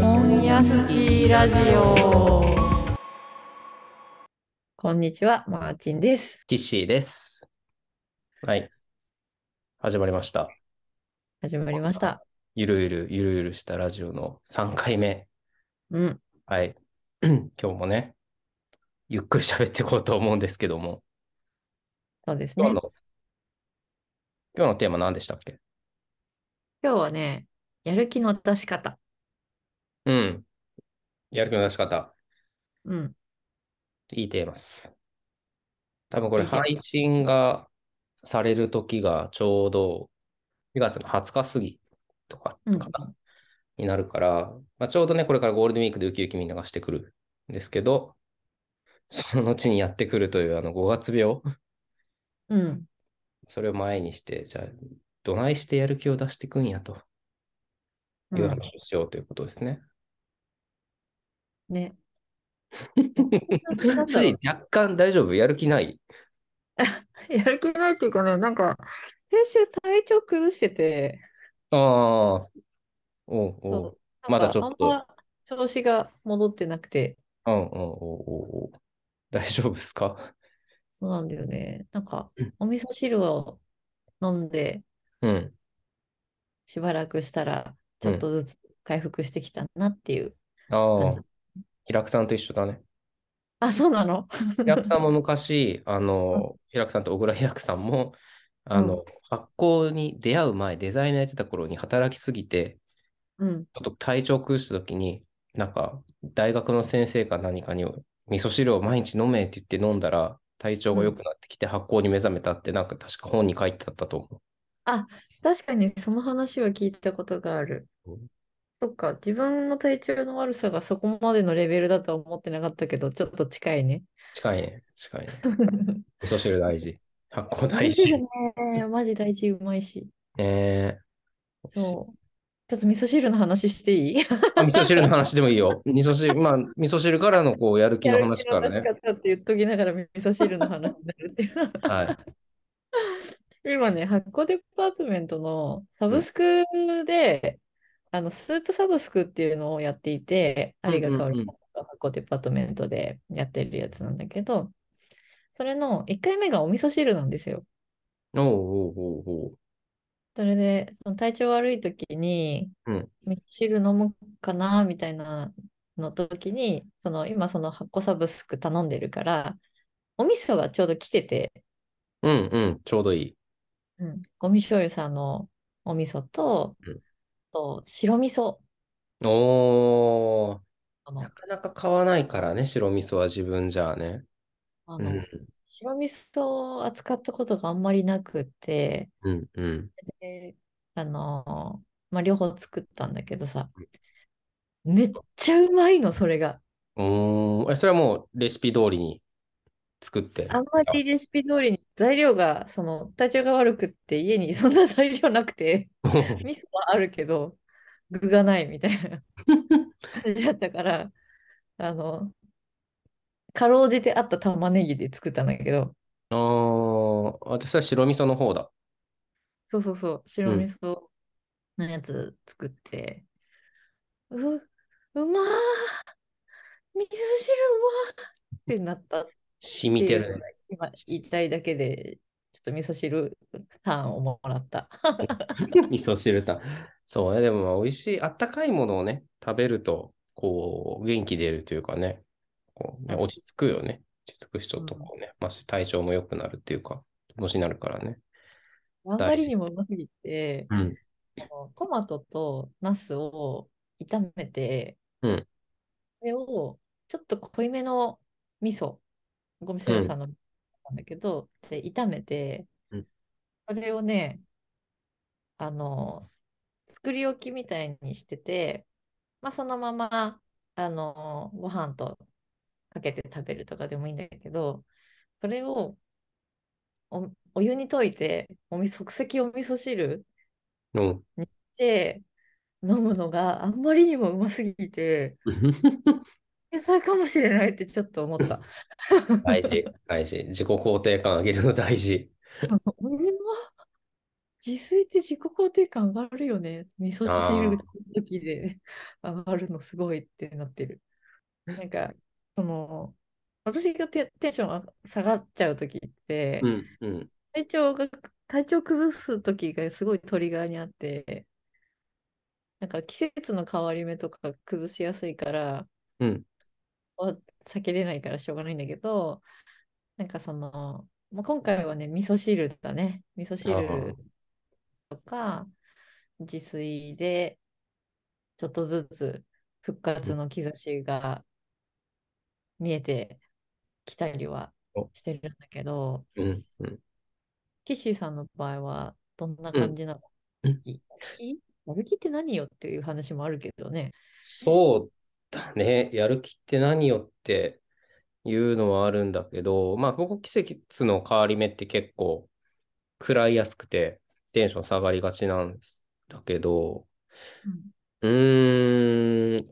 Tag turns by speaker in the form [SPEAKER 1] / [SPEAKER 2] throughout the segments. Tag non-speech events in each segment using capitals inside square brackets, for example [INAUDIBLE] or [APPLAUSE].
[SPEAKER 1] 本屋スキーラジオ。こんにちは、マーチンです。
[SPEAKER 2] キッシーです。はい。始まりました。
[SPEAKER 1] 始まりました。
[SPEAKER 2] ゆるゆる、ゆるゆるしたラジオの3回目。
[SPEAKER 1] うん、
[SPEAKER 2] はい。 [CLEARS THROAT] 今日もね、ゆっくり喋っていこうと思うんですけども、
[SPEAKER 1] そうですね。
[SPEAKER 2] 今日
[SPEAKER 1] 今
[SPEAKER 2] の、今日のテーマ何でしたっけ
[SPEAKER 1] 日はね、やる気の出し方。
[SPEAKER 2] うん。やる気の出し方。
[SPEAKER 1] うん、
[SPEAKER 2] いいテーマです。多分これ
[SPEAKER 1] いいテーマ
[SPEAKER 2] 配信がされる時がちょうど2月の20日過ぎとか
[SPEAKER 1] うん
[SPEAKER 2] かなになるから、まあ、ちょうどね、これからゴールデンウィークでウキウキみんながしてくるんですけど、その後にやってくるというあの5月病、
[SPEAKER 1] うん、
[SPEAKER 2] それを前にして、じゃあ、どないしてやる気を出していくんやと
[SPEAKER 1] う。
[SPEAKER 2] いうん話をしようということですね。
[SPEAKER 1] ね。なんだ
[SPEAKER 2] [LAUGHS] つ
[SPEAKER 1] ろ
[SPEAKER 2] いう若干大丈夫やる気ない
[SPEAKER 1] [LAUGHS] やる気ないっていうかね、なんか、先週体調崩してて、
[SPEAKER 2] ああ、おうおう
[SPEAKER 1] そ。う
[SPEAKER 2] まだちょっと
[SPEAKER 1] なんかあんま調子が戻ってなくて、
[SPEAKER 2] うんうんうんうんうん。大丈夫ですか
[SPEAKER 1] そうなんだよね。なんか
[SPEAKER 2] うん、
[SPEAKER 1] お味噌汁を飲んで、
[SPEAKER 2] うん。
[SPEAKER 1] しばらくしたら、ちょっとずつ回復してきたなっていう
[SPEAKER 2] あ
[SPEAKER 1] 感
[SPEAKER 2] あ
[SPEAKER 1] じ。、
[SPEAKER 2] 平久さんと一緒だね。
[SPEAKER 1] あ、そうなの
[SPEAKER 2] 平久さんも昔、あの、平久さんと小倉平久さんも、あの、発行に出会う前、デザイナーやってた頃に働きすぎて、
[SPEAKER 1] うん。
[SPEAKER 2] ちょっと体調崩した時に、なんか、大学の先生か何かに、味噌汁を毎日飲めって言って飲んだら、体調が良くなってきて発行に目覚めたって、なんか確か本に書いてあったと思
[SPEAKER 1] 確かにその話は聞いたことがある
[SPEAKER 2] うん。
[SPEAKER 1] そっか、自分の体調の悪さがそこまでのレベルだとは思ってなかったけど、ちょっと近いね。
[SPEAKER 2] う。近いね、近いね。味噌汁大事。発酵大
[SPEAKER 1] 味噌
[SPEAKER 2] 事。
[SPEAKER 1] 汁ね、 [LAUGHS] マジ大事うまいし。
[SPEAKER 2] ねえ。
[SPEAKER 1] そう。ちょっと味噌汁の話していい
[SPEAKER 2] あ味噌汁の話でもいいよ。味噌汁、まあ、味噌汁からのこうやる気の話か
[SPEAKER 1] [LAUGHS]
[SPEAKER 2] ら
[SPEAKER 1] やる気の
[SPEAKER 2] ね。
[SPEAKER 1] 出し方って言っときながら味噌汁の話になるっていう。
[SPEAKER 2] はい。
[SPEAKER 1] 今ね、発酵デパートメントのサブスクで、あのスープサブスクっていうのをやっていて、
[SPEAKER 2] うん
[SPEAKER 1] あ
[SPEAKER 2] うんうん
[SPEAKER 1] れが香る発酵デパートメントでやってるやつなんだけど、それの1回目がお味噌汁なんですよ。
[SPEAKER 2] おうおうおうおう。
[SPEAKER 1] それで、その体調悪い時に
[SPEAKER 2] うん、
[SPEAKER 1] 味噌汁飲むかなみたいなの時に、その今その発酵サブスク頼んでるから、お味噌がちょうど来てて、
[SPEAKER 2] うんうん、ちょうどいい。
[SPEAKER 1] うん、ゴミ醤油さんのお味噌と
[SPEAKER 2] うん、
[SPEAKER 1] あと白味噌
[SPEAKER 2] おー。
[SPEAKER 1] あの
[SPEAKER 2] なかなか買わないからね、白味噌は自分じゃあね。
[SPEAKER 1] あ
[SPEAKER 2] う
[SPEAKER 1] の
[SPEAKER 2] ん、
[SPEAKER 1] 白味噌を扱ったことがあんまりなくて、
[SPEAKER 2] うん、うん。
[SPEAKER 1] であのまあ、両方作ったんだけどさ、めっちゃうまいの、それが。
[SPEAKER 2] おーえ、それはもうレシピ通りに作って。
[SPEAKER 1] あんまりレシピ通りに材料が、その体調が悪くって家にそんな材料なくて、味噌はあるけど、具がないみたいな感じだったから、あの、かろうじてあった玉ねぎで作ったんだけど、
[SPEAKER 2] [LAUGHS] あー、私は白味噌の方だ。
[SPEAKER 1] そうそうそう、白
[SPEAKER 2] うん
[SPEAKER 1] 味噌のやつ作って、う、うまー、味噌汁うまーってなったって
[SPEAKER 2] 染みて
[SPEAKER 1] いう
[SPEAKER 2] るね。
[SPEAKER 1] 今言いたいだけで、ちょっと味噌汁ターンをもらった。
[SPEAKER 2] [LAUGHS] 味噌汁た。そうね、でもまあ美味しい、あったかいものをね、食べると、こう、元気出るというかね、こうね
[SPEAKER 1] そう
[SPEAKER 2] 落ち着くよね。落ち着く人とこうね、まあ、体調も良くなるっていうか、気持ちになるからね。
[SPEAKER 1] あんまりにもうますぎて、
[SPEAKER 2] うん。
[SPEAKER 1] あのトマトとナスを炒めて、
[SPEAKER 2] うん
[SPEAKER 1] それをちょっと濃いめの味噌、ごみそ屋さんのなんだけど、で炒めて
[SPEAKER 2] うん、
[SPEAKER 1] それをね、あの、作り置きみたいにしてて、まあ、そのまま、あの、ご飯とかけて食べるとかでもいいんだけど、それをお、お湯に溶いて、おみ即席お味噌汁
[SPEAKER 2] うん。
[SPEAKER 1] で飲むのがあんまりにもうますぎて、天才かもしれないってちょっと思った。
[SPEAKER 2] 大事、大事。自己肯定感上げるの大事。
[SPEAKER 1] [LAUGHS] 俺は自炊って自己肯定感上がるよね。味噌
[SPEAKER 2] あー
[SPEAKER 1] 汁の時で上がるのすごいってなってる。なんか、その、私がテテンションが下がっちゃう時って、
[SPEAKER 2] うん、うん。
[SPEAKER 1] 体調が、体調崩す時がすごいトリガーにあって、なんか季節の変わり目とか崩しやすいから、
[SPEAKER 2] うん
[SPEAKER 1] は避けれないからしょうがないんだけど、なんかその、まあ、今回はね、味噌汁だね。味噌汁とか、自炊で、ちょっとずつ復活の兆しが見えてきたりはしてるんだけど、
[SPEAKER 2] うん、うん。
[SPEAKER 1] キッシーさんの場合はどんな感じなの
[SPEAKER 2] う
[SPEAKER 1] 歩
[SPEAKER 2] ん
[SPEAKER 1] き歩きって何よっていう話もあるけどね。
[SPEAKER 2] そうだね。やる気って何よっていうのはあるんだけど、まあ、ここ季節の変わり目って結構食らいやすくて、テンション下がりがちなんですだけど、うーん、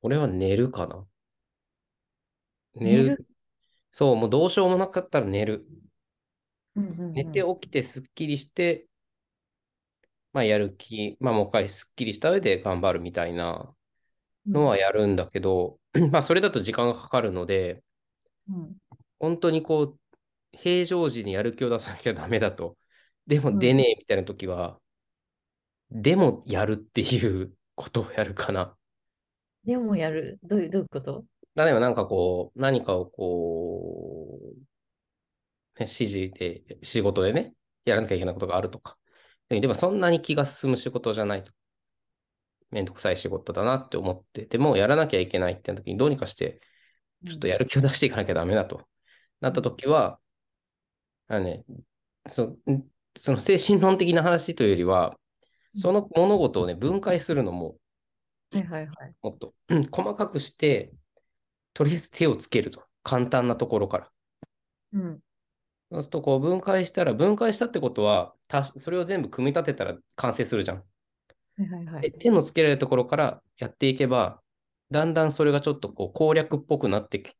[SPEAKER 2] 俺は寝るかな。寝
[SPEAKER 1] 寝
[SPEAKER 2] る。そう、もうどうしようもなかったら寝る。
[SPEAKER 1] うんうんうん
[SPEAKER 2] 寝て起きてすっきりして、まあやる気、まあもう一回すっきりした上で頑張るみたいなのはやるんだけど、 [CLEARS THROAT] まあそれだと時間がかかるので、
[SPEAKER 1] うん
[SPEAKER 2] 本当にこう、平常時にやる気を出さなきゃダメだと。で
[SPEAKER 1] う
[SPEAKER 2] も
[SPEAKER 1] ん
[SPEAKER 2] 出ねえみたいな時は、でもやるっていうことをやるかな。
[SPEAKER 1] でもやる。どういうどういうこと
[SPEAKER 2] 例えばなんかこう、何かをこう、ね指示で、仕事でね、やらなきゃいけないことがあるとか。でもそんなに気が進む仕事じゃないと。めんどくさい仕事だなって思ってても、やらなきゃいけないってな時にどうにかして、ちょっとやる気を出していかなきゃダメだと。なった時は、あのね、そんその精神論的な話というよりは、その物事をね、分解するのも、
[SPEAKER 1] はいはいはい。
[SPEAKER 2] もっとうん細かくして、とりあえず手をつけると。簡単なところから。
[SPEAKER 1] うん
[SPEAKER 2] そうすると、こう分解したら、分解したってことは、たそれを全部組み立てたら完成するじゃん。
[SPEAKER 1] はいはいは
[SPEAKER 2] で
[SPEAKER 1] い。
[SPEAKER 2] 手のつけられるところからやっていけば、だんだんそれがちょっとこう攻略っぽくなってき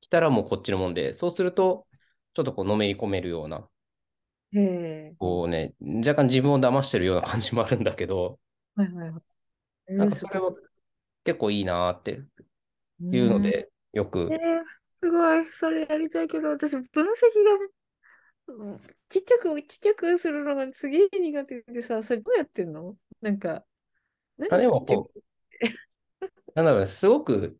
[SPEAKER 2] きたらもうこっちのもんで、そうすると、ちょっとこうのめり込めるような、
[SPEAKER 1] へえ。
[SPEAKER 2] こうね、若干自分を騙してるような感じもあるんだけど、
[SPEAKER 1] はいはいはい。えー
[SPEAKER 2] なんかそれは結構いいなーっていうの。で、よく
[SPEAKER 1] すごいえ、ーすごい。それやりたいけど、私、分析がうんちっちゃく、ちっちゃくするのがすげえ苦手でさ、それどうやってんのなんか、
[SPEAKER 2] あで
[SPEAKER 1] 何
[SPEAKER 2] も
[SPEAKER 1] ちっちゃく [LAUGHS]
[SPEAKER 2] こう、 [LAUGHS] なんだろうね、すごく、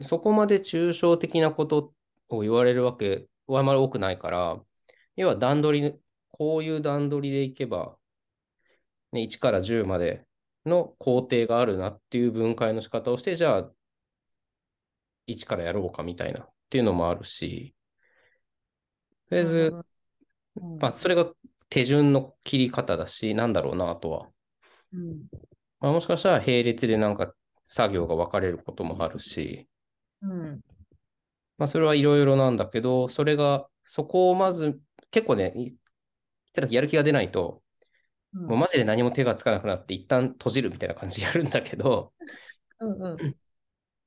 [SPEAKER 2] そこまで抽象的なことを言われるわけはあまり多くないから、要は段取り、こういう段取りでいけば、ね、1から10までの工程があるなっていう分解の仕方をして、じゃあ、1からやろうかみたいなっていうのもあるし、とりあえず、
[SPEAKER 1] うん
[SPEAKER 2] まあ、それが手順の切り方だし、なんだろうな、あとは。
[SPEAKER 1] うん
[SPEAKER 2] まあ、もしかしたら並列でなんか作業が分かれることもあるし、
[SPEAKER 1] うん
[SPEAKER 2] まあ、それはいろいろなんだけど、それが、そこをまず、結構ね、いただやる気が出ないと、
[SPEAKER 1] うん
[SPEAKER 2] もうマジで何も手がつかなくなって、一旦閉じるみたいな感じでやるんだけど、
[SPEAKER 1] うんうん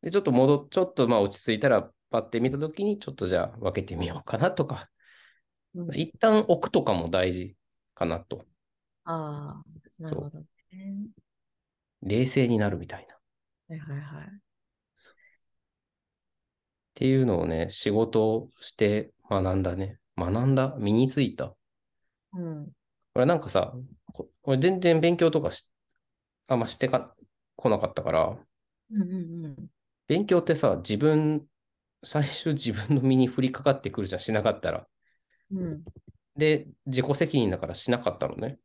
[SPEAKER 2] でちょっと戻っ、ちょっとまあ落ち着いたら、パッて見たときに、ちょっとじゃあ分けてみようかなとか、
[SPEAKER 1] うん
[SPEAKER 2] 一旦置くとかも大事かなと、
[SPEAKER 1] ああ、なるほどね。
[SPEAKER 2] 冷静になるみたいな。っ
[SPEAKER 1] はいはいはい。
[SPEAKER 2] ていうのをね、仕事をして学んだね。学んだ身についた。
[SPEAKER 1] うん。
[SPEAKER 2] これなんかさ、ここれ全然勉強とかし、あんましてか、こなかったから、
[SPEAKER 1] うんうんうん。
[SPEAKER 2] 勉強ってさ、自分、最終自分の身に降りかかってくるじゃん、しなかったら。
[SPEAKER 1] うん
[SPEAKER 2] で、自己責任だからしなかったのね。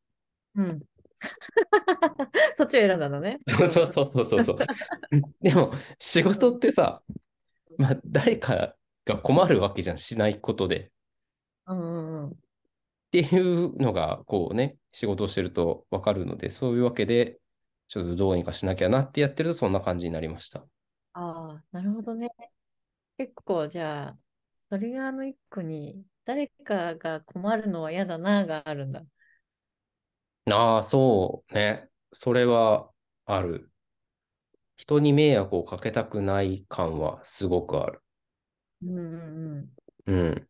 [SPEAKER 1] うん。 [LAUGHS] そっちを選んだのね。
[SPEAKER 2] [LAUGHS] そうそうそうそうそうそう。 [LAUGHS] でも、仕事ってさ、まあ、誰かが困るわけじゃん、しないことで。
[SPEAKER 1] うんうんうん。
[SPEAKER 2] っていうのが、こうね、仕事をしてるとわかるので、そういうわけで、ちょっとどうにかしなきゃなってやってると、そんな感じになりました。
[SPEAKER 1] ああ、なるほどね。結構じゃあ、トリガーの一個に、誰かが困るのは嫌だながあるんだ。
[SPEAKER 2] ああ、そうね。それはある。人に迷惑をかけたくない感はすごくある。
[SPEAKER 1] うんうんうん。
[SPEAKER 2] うん。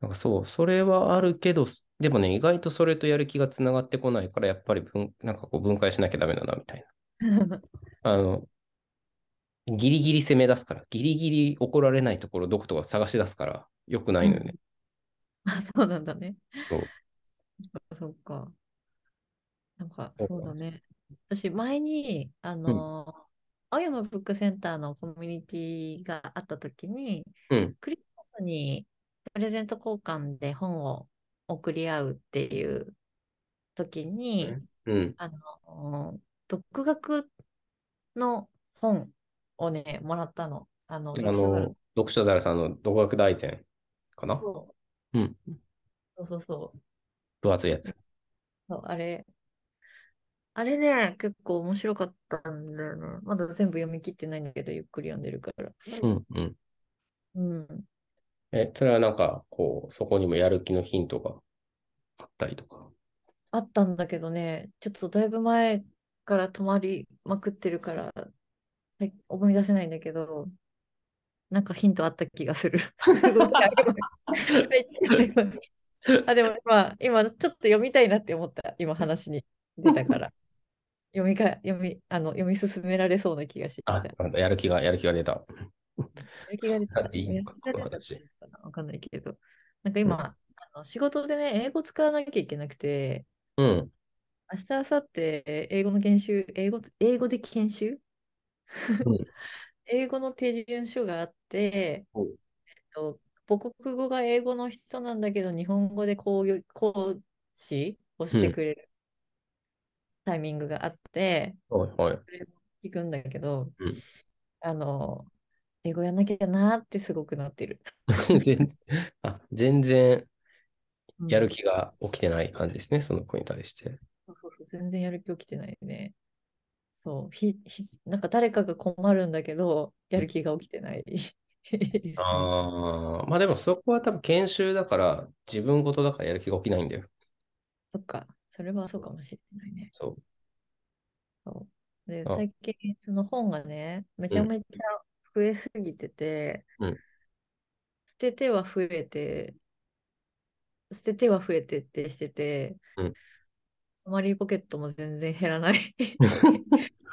[SPEAKER 2] なんかそう、それはあるけど、すでもね、意外とそれとやる気がつながってこないから、やっぱり分、なんかこう分解しなきゃダメだな、みたいな。あの、ギリギリ攻め出すから、ギリギリ怒られないところどことか探し出すから、良くないのよね。
[SPEAKER 1] [LAUGHS] あそうなんだね。
[SPEAKER 2] そう。
[SPEAKER 1] そうか。なんか、
[SPEAKER 2] そうか
[SPEAKER 1] そうだね。私、前に、あのー青山ブックセンターのコミュニティがあった時に、
[SPEAKER 2] うん
[SPEAKER 1] クリスマスにプレゼント交換で本を送り合うっていう時に、
[SPEAKER 2] うん。
[SPEAKER 1] あのー独学の本をね、もらったの。あの、
[SPEAKER 2] あ
[SPEAKER 1] 読書猿
[SPEAKER 2] の、読書猿さんの独学大全かな
[SPEAKER 1] そ
[SPEAKER 2] うん。
[SPEAKER 1] うそうそう。
[SPEAKER 2] 分厚いやつ。
[SPEAKER 1] そう、あれ、あれね、結構面白かったんだよね。まだ全部読み切ってないんだけど、ゆっくり読んでるから。
[SPEAKER 2] うんうん。
[SPEAKER 1] うん。
[SPEAKER 2] え、それはなんか、こう、そこにもやる気のヒントがあったりとか。
[SPEAKER 1] あったんだけどね、ちょっとだいぶ前から止まりまくってるから、はい思い出せないんだけど、なんかヒントあった気がする。 [LAUGHS] すごい。 [LAUGHS] めっちゃありますあ、でも今、今ちょっと読みたいなって思った。今話に出たから。読みか、読み、あの、読み進められそうな気がしてき
[SPEAKER 2] あ
[SPEAKER 1] た。、
[SPEAKER 2] なんだやる気が、やる気が出た。
[SPEAKER 1] やる気が出た。
[SPEAKER 2] そういいのか
[SPEAKER 1] やる気が出たっていうのかなわかんないけど。なんか今、
[SPEAKER 2] うん
[SPEAKER 1] あの仕事でね、英語使わなきゃいけなくて、
[SPEAKER 2] うん。
[SPEAKER 1] 明日、明後日、英語の研修、英語、英語で研修
[SPEAKER 2] うん
[SPEAKER 1] 英語の手順書があって、
[SPEAKER 2] お
[SPEAKER 1] えっと、母国語が英語の人なんだけど、日本語で講義講師をしてくれるタイミングがあって、
[SPEAKER 2] はいはい。
[SPEAKER 1] 聞くんだけど、
[SPEAKER 2] うん
[SPEAKER 1] あの、英語やんなきゃなってすごくなってる。
[SPEAKER 2] [LAUGHS] 全然あ全然
[SPEAKER 1] うん
[SPEAKER 2] やる気が起きてない感じですね、その子に対して。
[SPEAKER 1] そうそうそう、全然やる気起きてないね。そう、ひ、ひ、なんか誰かが困るんだけど、やる気が起きてない。 [LAUGHS]
[SPEAKER 2] ああ、まあでもそこは多分研修だから、自分事だからやる気が起きないんだよ。
[SPEAKER 1] そっか、それはそうかもしれないね。
[SPEAKER 2] そう。
[SPEAKER 1] そうで、
[SPEAKER 2] あ
[SPEAKER 1] 最近、その本がね、めちゃめちゃ増えすぎてて、
[SPEAKER 2] うん
[SPEAKER 1] 捨てては増えて、捨てては増えてってしてて、
[SPEAKER 2] うん
[SPEAKER 1] サマリーポケットも全然減らない。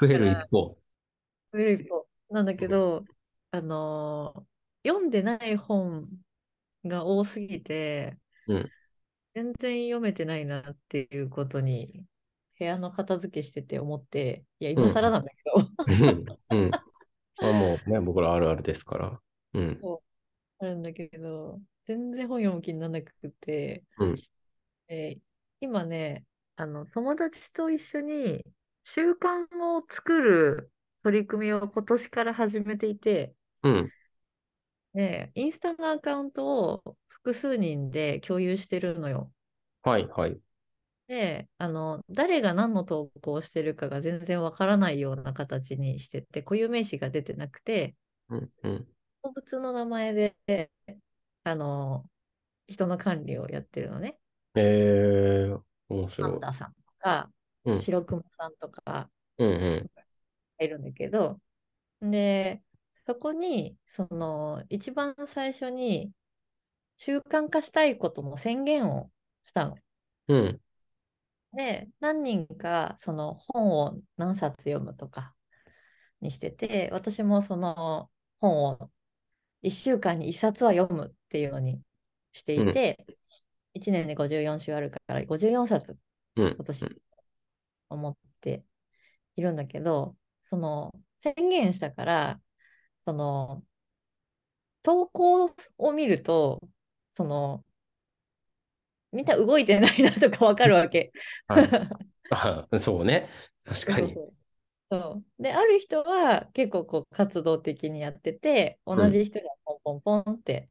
[SPEAKER 2] 増える一方。
[SPEAKER 1] 古い本なんだけど、あのー読んでない本が多すぎて、
[SPEAKER 2] うん
[SPEAKER 1] 全然読めてないなっていうことに、部屋の片付けしてて思って、いや、今更なんだけど、 [LAUGHS]
[SPEAKER 2] うん。うん。あもうね、僕らあるあるですから。うん。
[SPEAKER 1] あるんだけど、全然本読む気にならなくて、
[SPEAKER 2] うん
[SPEAKER 1] で今ね、あの、友達と一緒に習慣を作る取り組みを今年から始めていて、
[SPEAKER 2] うん。
[SPEAKER 1] で、インスタのアカウントを複数人で共有してるのよ。
[SPEAKER 2] はいはい。
[SPEAKER 1] で、あの、誰が何の投稿をしてるかが全然わからないような形にしてて、固有名詞が出てなくて、
[SPEAKER 2] うんうん。
[SPEAKER 1] 動物の名前で、あの、人の管理をやってるのね。
[SPEAKER 2] えー、面
[SPEAKER 1] パ
[SPEAKER 2] 白い
[SPEAKER 1] ン。ダさんとか
[SPEAKER 2] う、ん
[SPEAKER 1] 白熊さんとか
[SPEAKER 2] うんうん。
[SPEAKER 1] いるんだけど、で、そこに、その、一番最初に、習慣化したいことの宣言をしたの。
[SPEAKER 2] うん。
[SPEAKER 1] で、何人かその本を何冊読むとかにしてて、私もその本を1週間に1冊は読むっていうのにしていて、1年で54週あるから54冊
[SPEAKER 2] うん。
[SPEAKER 1] 今年思っているんだけど、その宣言したから、その投稿を見ると、そのみんな動いてないなとかわかるわけ。
[SPEAKER 2] はい。あそうね。確かに
[SPEAKER 1] そ。うそうそうである人は結構こう活動的にやってて同じ人がポンポンポンって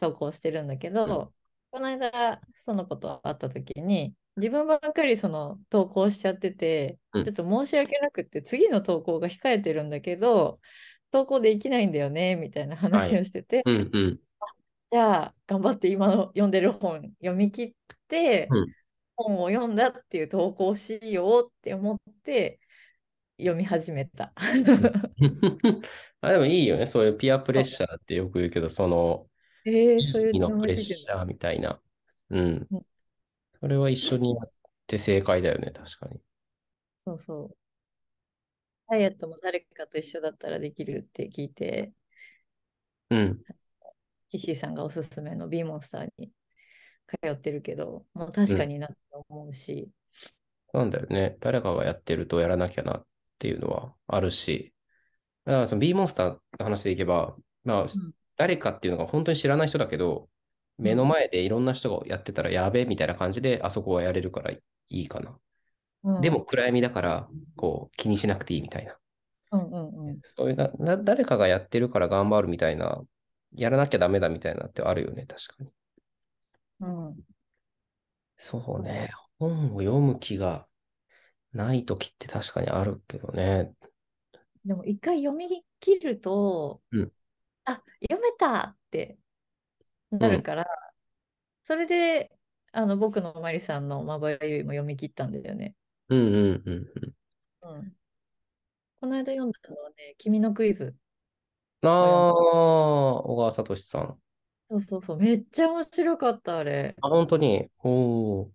[SPEAKER 1] 投稿してるんだけど、
[SPEAKER 2] うん
[SPEAKER 1] この間その子と会った時に自分ばっかりその投稿しちゃってて、
[SPEAKER 2] うん
[SPEAKER 1] ちょっと申し訳なくって次の投稿が控えてるんだけど投稿できないんだよねみたいな話をしてて、
[SPEAKER 2] うんうん。
[SPEAKER 1] じゃあ頑張って今の読んでる本読み切って、
[SPEAKER 2] うん
[SPEAKER 1] 本を読んだっていう投稿しようって思って読み始めた。
[SPEAKER 2] [LAUGHS] あ、でもいいよね。そういうピアプレッシャーってよく言うけど、その、
[SPEAKER 1] えー、そうい
[SPEAKER 2] いいうの
[SPEAKER 1] 楽
[SPEAKER 2] プレッ
[SPEAKER 1] し
[SPEAKER 2] シ
[SPEAKER 1] い
[SPEAKER 2] ャーみたいな。うん
[SPEAKER 1] うん。
[SPEAKER 2] それは一緒にやって正解だよね、確かに。
[SPEAKER 1] そうそう。ダイエットも誰かと一緒だったらできるって聞いて、
[SPEAKER 2] うん。
[SPEAKER 1] 岸井さんがおすすめの B モンスターに通ってるけど、もう確かになって思うし、
[SPEAKER 2] なんだよね。誰かがやってるとやらなきゃなっていうのはあるし。だからその B モンスターの話でいけば、まあ、誰かっていうのが本当に知らない人だけど、目の前でいろんな人がやってたらやべえみたいな感じで、あそこはやれるからいいかな。
[SPEAKER 1] うん
[SPEAKER 2] でも、暗闇だから、こう気にしなくていいみたいな。
[SPEAKER 1] うんうんうん、
[SPEAKER 2] そういうな、な誰かがやってるから頑張るみたいな、やらなきゃダメだみたいなってあるよね、確かに。
[SPEAKER 1] うん、
[SPEAKER 2] そうね。本を読む気がない時って確かにあるけどね。
[SPEAKER 1] でも一回読み切ると、
[SPEAKER 2] うん
[SPEAKER 1] あ読めたってなるから、それであの僕のマリさんの「まばゆい」も読み切ったんだよね。
[SPEAKER 2] うんうんうんうん。
[SPEAKER 1] うん、この間読んだのはね「君のクイズ
[SPEAKER 2] ああ、小川聡さん。」
[SPEAKER 1] そうそうそうめっちゃ面白かったあれ。
[SPEAKER 2] あ、本当に。おお。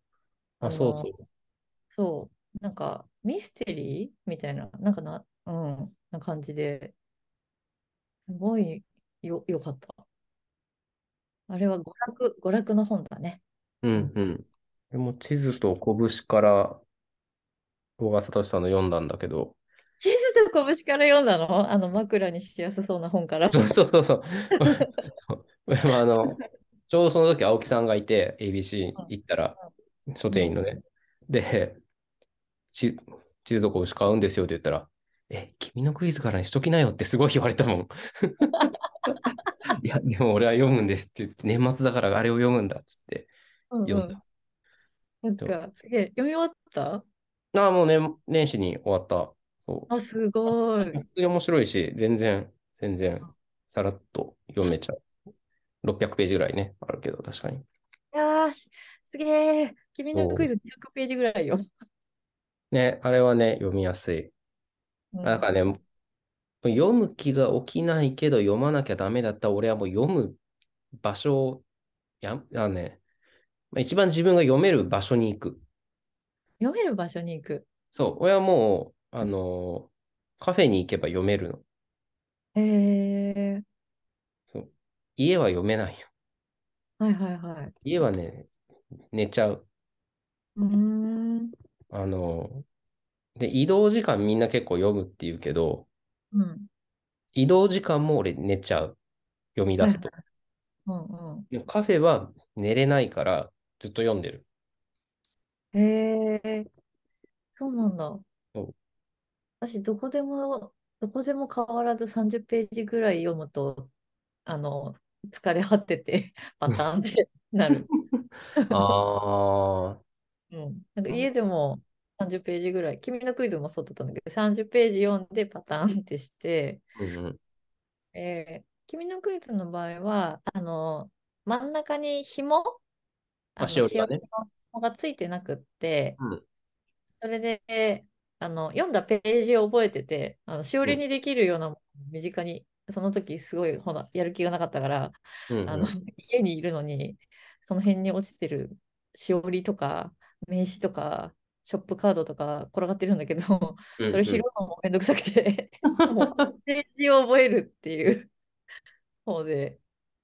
[SPEAKER 2] あ、
[SPEAKER 1] あの
[SPEAKER 2] そうそう。
[SPEAKER 1] そうなんかミステリーみたいななんかな,、うん、な感じですごいよよかった。あれは娯楽娯楽の本だね。
[SPEAKER 2] うんうん。でも、地図と拳から小川聡さんの読んだんだけど、
[SPEAKER 1] 地図と拳から読んだのあの枕にしやすそうな本から。
[SPEAKER 2] そうそうそうそう。そう [LAUGHS] まああの、ちょうどその時、青木さんがいて、ABC 行ったら、書店員のね。で、ち地図と拳買うんですよって言ったら、え、君のクイズからにしときなよってすごい言われたもん。 [LAUGHS] いや、でも俺は読むんですって言って、年末だからあれを読むんだっつって
[SPEAKER 1] うんうん
[SPEAKER 2] 読んだ。
[SPEAKER 1] なんか、すげえ読み終わった
[SPEAKER 2] ああ、もう年年始に終わった。そう。
[SPEAKER 1] あ、すごい。
[SPEAKER 2] 普通に面白いし、全然、全然、さらっと読めちゃう。600ページぐらいね、あるけど、確かに。
[SPEAKER 1] いやーし、すげえ。君のクイズ200ページぐらいよ。
[SPEAKER 2] ね、あれはね、読みやすい。
[SPEAKER 1] うん
[SPEAKER 2] だからね、読む気が起きないけど、読まなきゃダメだったら、俺はもう読む場所を、や、あのね、まあ一番自分が読める場所に行く。
[SPEAKER 1] 読める場所に行く。
[SPEAKER 2] そう、俺はもう、あのーカフェに行けば読めるの。
[SPEAKER 1] へえ
[SPEAKER 2] そう家は読めないよ。
[SPEAKER 1] はいはいはい。
[SPEAKER 2] 家はね、寝ちゃう。
[SPEAKER 1] うーん。
[SPEAKER 2] あのーで、移動時間みんな結構読むって言うけど、
[SPEAKER 1] うん。
[SPEAKER 2] 移動時間も俺寝ちゃう。読み出すと。
[SPEAKER 1] うんう
[SPEAKER 2] でもカフェは寝れないからずっと読んでる。
[SPEAKER 1] ん。へえそうなんだ
[SPEAKER 2] そう。
[SPEAKER 1] 私、どこでも、どこでも変わらず30ページぐらい読むと、あの、疲れ果てて、 [LAUGHS] パターン
[SPEAKER 2] [LAUGHS]
[SPEAKER 1] ってなる。
[SPEAKER 2] ああ、
[SPEAKER 1] うん、なんか家でも30ページぐらい、君のクイズもそうだったんだけど、30ページ読んでパターンってして、 [LAUGHS]
[SPEAKER 2] うんうん。
[SPEAKER 1] えー君のクイズの場合は、あの、真ん中に紐、あの、
[SPEAKER 2] しおりがね
[SPEAKER 1] の紐がついてなくって、
[SPEAKER 2] うん
[SPEAKER 1] それで、あの、読んだページを覚えてて、あの、しおりにできるようなものを身近に、その時すごいほなやる気がなかったから、
[SPEAKER 2] うんうん
[SPEAKER 1] あの、 [LAUGHS] 家にいるのに、その辺に落ちてるしおりとか、名刺とか、ショップカードとか転がってるんだけど、そ
[SPEAKER 2] うんうん
[SPEAKER 1] れ拾うのもめんどくさく
[SPEAKER 2] [LAUGHS]
[SPEAKER 1] て、もうページを覚えるっていう方で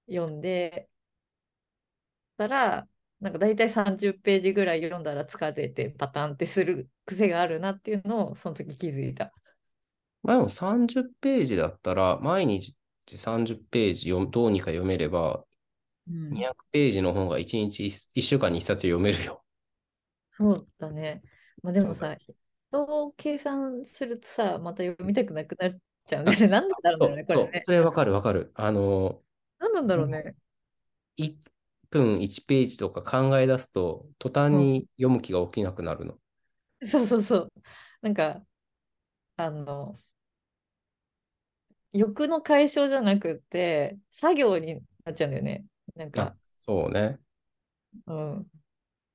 [SPEAKER 1] 読んで、たら、なんか大体30ページぐらい読んだら疲れてパタンってする癖があるなっていうのをその時気づいた。
[SPEAKER 2] まあでも30ページだったら、毎日30ページ読むどうにか読めれば、
[SPEAKER 1] うん
[SPEAKER 2] 200ページの本が1日1週間に1冊読め
[SPEAKER 1] [LAUGHS]
[SPEAKER 2] るよ。
[SPEAKER 1] そうだね。まあでも
[SPEAKER 2] そう
[SPEAKER 1] さ、
[SPEAKER 2] だ
[SPEAKER 1] 人を計算するとさ、また読みたくなくなっちゃうんだよ
[SPEAKER 2] [LAUGHS]
[SPEAKER 1] ね。なんでだろうね、こ
[SPEAKER 2] そう
[SPEAKER 1] れね。
[SPEAKER 2] それわかるわかる。あの、
[SPEAKER 1] なんなんだろうね。
[SPEAKER 2] 1分1ページとか考え出すと、途端に読む気が起きなくなるの。
[SPEAKER 1] [LAUGHS] そうそうそう。なんか、あの、欲の解消じゃなくって、作業になっちゃうんだよね。なん
[SPEAKER 2] あ
[SPEAKER 1] か、
[SPEAKER 2] そ
[SPEAKER 1] [LAUGHS]
[SPEAKER 2] うね。
[SPEAKER 1] うん。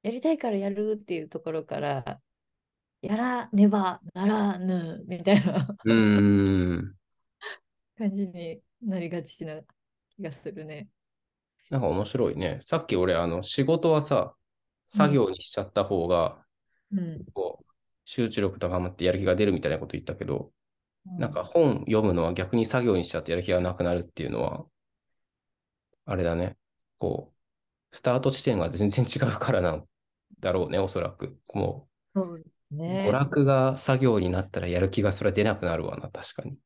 [SPEAKER 1] やりたいからやるっていうところから、やらねばならぬみたいな [LAUGHS]
[SPEAKER 2] うーん。
[SPEAKER 1] 感じになりがちな気がするね。
[SPEAKER 2] なんか面白いね。さっき俺、あの、仕事はさ、
[SPEAKER 1] うん
[SPEAKER 2] 作業にしちゃった方が、
[SPEAKER 1] うん。
[SPEAKER 2] こう、集中力高まってやる気が出るみたいなこと言ったけど、
[SPEAKER 1] う
[SPEAKER 2] なんか、本読むのは逆に作業にしちゃってやる気がなくなるっていうのは、あれだね。こう、スタート地点が全然違うからなんだろうね、おそらく。も
[SPEAKER 1] そうです
[SPEAKER 2] う、
[SPEAKER 1] ね。
[SPEAKER 2] 娯楽が作業になったらやる気がそれは出なくなるわな、確かに。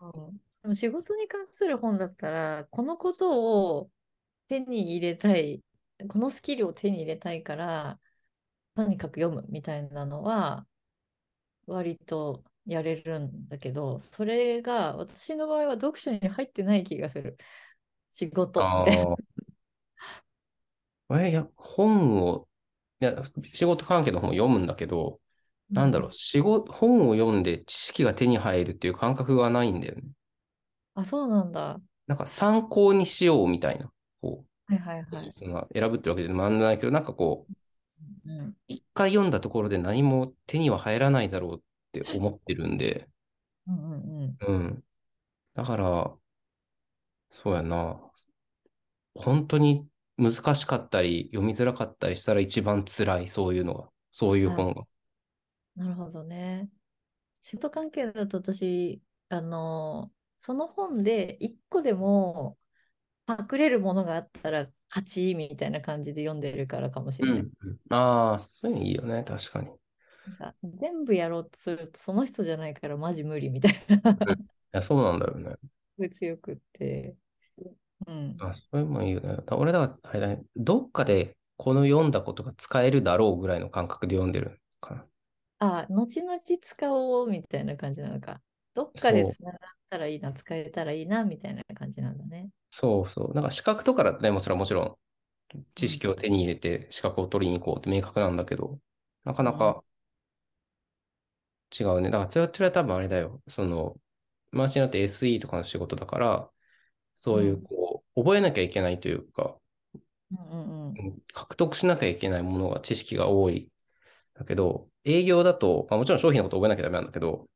[SPEAKER 1] うんでも仕事に関する本だったら、このことを手に入れたい、このスキルを手に入れたいから、とにかく読むみたいなのは、割とやれるんだけど、それが私の場合は読書に入ってない気がする。仕事
[SPEAKER 2] あ
[SPEAKER 1] って。
[SPEAKER 2] [LAUGHS] あ。え、いや、本を、いや、仕事関係の本を読むんだけど、なんだろう、仕事、本を読んで知識が手に入るっていう感覚がないんだよね。
[SPEAKER 1] [LAUGHS] あ、そうなんだ。
[SPEAKER 2] なんか参考にしようみたいな、こ、
[SPEAKER 1] はいはいうはい。
[SPEAKER 2] その選ぶってわけじゃないけど、なんかこう、
[SPEAKER 1] うん、
[SPEAKER 2] 一回読んだところで何も手には入らないだろうって思ってるんで、
[SPEAKER 1] うん、うんうん。
[SPEAKER 2] うん。だから、そうやな。本当に難しかったり、読みづらかったりしたら一番辛い、そういうのが。そういう本が。
[SPEAKER 1] なるほどね。仕事関係だと私、あの、その本で一個でも隠れるものがあったら勝ちみたいな感じで読んでるからかもし
[SPEAKER 2] う
[SPEAKER 1] れ
[SPEAKER 2] ん
[SPEAKER 1] ない。
[SPEAKER 2] うん。ああ、そういうのいいよね、確かに。い
[SPEAKER 1] なんか全部やろうとするとその人じゃないからマジ無理みたいな。 [LAUGHS]
[SPEAKER 2] や、そうなんだよね。
[SPEAKER 1] 強くって。うん。
[SPEAKER 2] あ、それもいいよね。だ俺だから、あれだね、どっかでこの読んだことが使えるだろうぐらいの感覚で読んでるかな。
[SPEAKER 1] あ、後々使おうみたいな感じなのか。どっかで
[SPEAKER 2] そう
[SPEAKER 1] つながったらいいな、使えたらいいなみたいな感じなんだね。
[SPEAKER 2] そうそう。なんか資格とかだとね、もうそれはもちろん知識を手に入れて資格を取りに行こうって明確なんだけど、なかなか違うね。だからそれはそれは多分あれだよ。その、マーチになって SE とかの仕事だから、そういううんこう、覚えなきゃいけないというか、
[SPEAKER 1] うんうんうん。
[SPEAKER 2] うん獲得しなきゃいけないものが知識が多い。だけど、営業だと、まあ、もちろん商品のこと覚えなきゃダメなんだけど、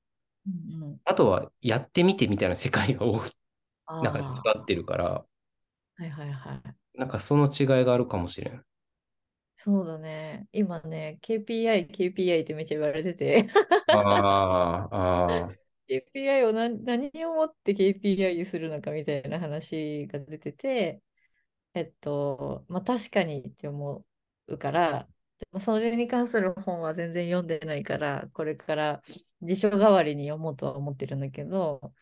[SPEAKER 1] うんうん、
[SPEAKER 2] あとはやってみてみたいな世界が多い
[SPEAKER 1] あ
[SPEAKER 2] 中で
[SPEAKER 1] あ
[SPEAKER 2] 育ってるから、
[SPEAKER 1] はいはいはい。
[SPEAKER 2] なんかその違いがあるかもしれん。
[SPEAKER 1] そうだね。今ね、KPI、KPI ってめっちゃ言われてて、 [LAUGHS]
[SPEAKER 2] ああ、ああ、
[SPEAKER 1] KPI を何、何をもって KPI にするのかみたいな話が出てて、えっと、まあ確かにって思うから、まあそれに関する本は全然読んでないから、これから辞書代わりに読もうとは思ってるんだけど、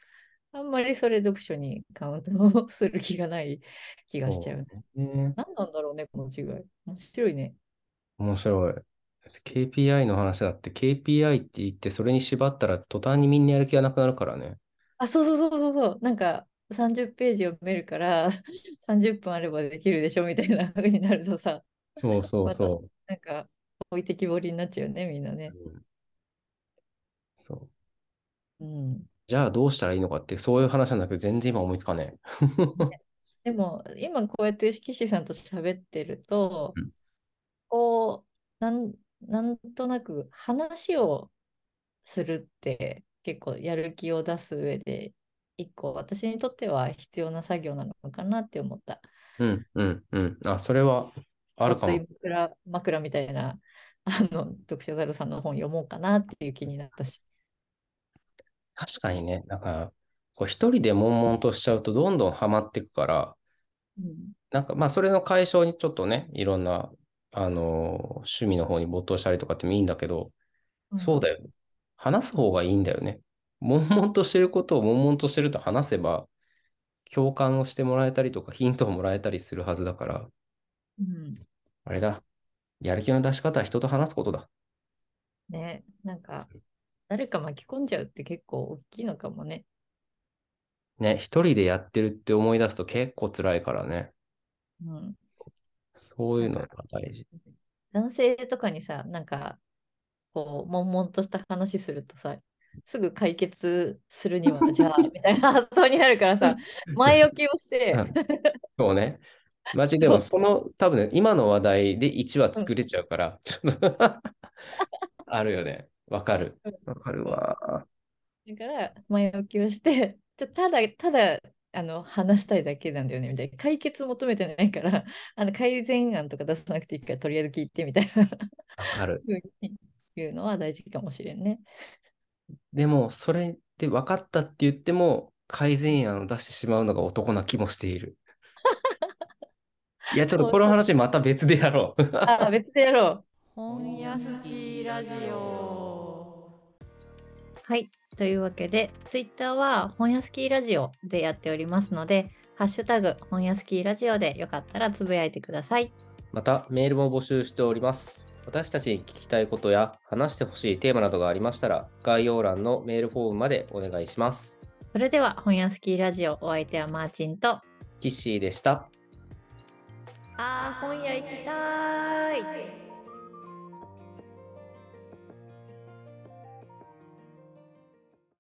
[SPEAKER 1] あんまりそれ読書にカウントする気がない気がしちゃう。
[SPEAKER 2] そうね。
[SPEAKER 1] 何なんだろうね、この違い。面白いね。
[SPEAKER 2] 面白い。KPI の話だって、KPI って言って、それに縛ったら途端にみんなやる気がなくなるからね。
[SPEAKER 1] あ、そうそうそうそうそう。なんか30ページ読めるから [LAUGHS] 30分あればできるでしょみたいな風になるとさ、
[SPEAKER 2] そうそうそ
[SPEAKER 1] なんか置いてきぼりになっちゃうよね、みんな [LAUGHS]
[SPEAKER 2] う。
[SPEAKER 1] ね。
[SPEAKER 2] うんそ
[SPEAKER 1] う
[SPEAKER 2] う。
[SPEAKER 1] ん。
[SPEAKER 2] じゃあどうしたらいいのかって、そういう話なんだけど、全然今思いつかね
[SPEAKER 1] でも今こうやって岸さんと喋ってると
[SPEAKER 2] うん、
[SPEAKER 1] こう、なん、なんとなく話をするって結構やる気を出す上で一個私にとっては必要な作業なのかなって思った。
[SPEAKER 2] え。うん、うん、うん。あ、それはあるか
[SPEAKER 1] 熱
[SPEAKER 2] も
[SPEAKER 1] い。枕枕みたいなあの読書猿さんの本読もうかなっていう気になったし。
[SPEAKER 2] 確かにね。なんか、こう一人で悶々としちゃうと、どんどんハマっていくから、
[SPEAKER 1] うん
[SPEAKER 2] なんか、まあ、それの解消にちょっとね、いろんな、あのー趣味の方に没頭したりとかってもいいんだけど、そうだよ。話す方がいいんだよね。悶々としてることを悶々としてると話せば、共感をしてもらえたりとか、ヒントをもらえたりするはずだから、
[SPEAKER 1] うん
[SPEAKER 2] あれだ。やる気の出し方は人と話すことだ。
[SPEAKER 1] ね、なんか誰か巻き込んじゃうって結構大きいのかもね。
[SPEAKER 2] ね、一人でやってるって思い出すと結構辛いからね。
[SPEAKER 1] うん、
[SPEAKER 2] そういうのが大事。
[SPEAKER 1] 男性とかにさ、なんかこう悶々とした話するとさ、すぐ解決するに
[SPEAKER 2] [LAUGHS]
[SPEAKER 1] はじゃあみたいな発想になるからさ、前置きをして、
[SPEAKER 2] うんそうね。マジでも、その、多分ね、今の話題で1話作れちゃうから、ちょっと [LAUGHS] あるよね。わかる。わかるわ。
[SPEAKER 1] [LAUGHS] だから前置きをして、ちょただただあの話したいだけなんだよねみたいな解決求めてないから [LAUGHS] あの改善案とか出さなくていいからとりあえず聞いてみたいな
[SPEAKER 2] わかる。
[SPEAKER 1] 風に言うのは大事かもしれんね。
[SPEAKER 2] でも、それで分かったって言っても、改善案を出してしまうのが男な気もしている。いや、ちょっとこの話また別でやろう。 [LAUGHS]
[SPEAKER 1] あ別でやろう。
[SPEAKER 3] 本屋好きラジオ
[SPEAKER 1] はい。というわけで、ツイッターは本屋スキーラジオでやっておりますので、ハッシュタグ本屋スキーラジオでよかったらつぶやいてください。
[SPEAKER 2] また、メールも募集しております。私たちに聞きたいことや話してほしいテーマなどがありましたら、概要欄のメールフォームまでお願いします。
[SPEAKER 1] それでは本屋スキーラジオお相手はマーチンと、
[SPEAKER 2] キッシーでした。
[SPEAKER 1] あー本屋行きたーい。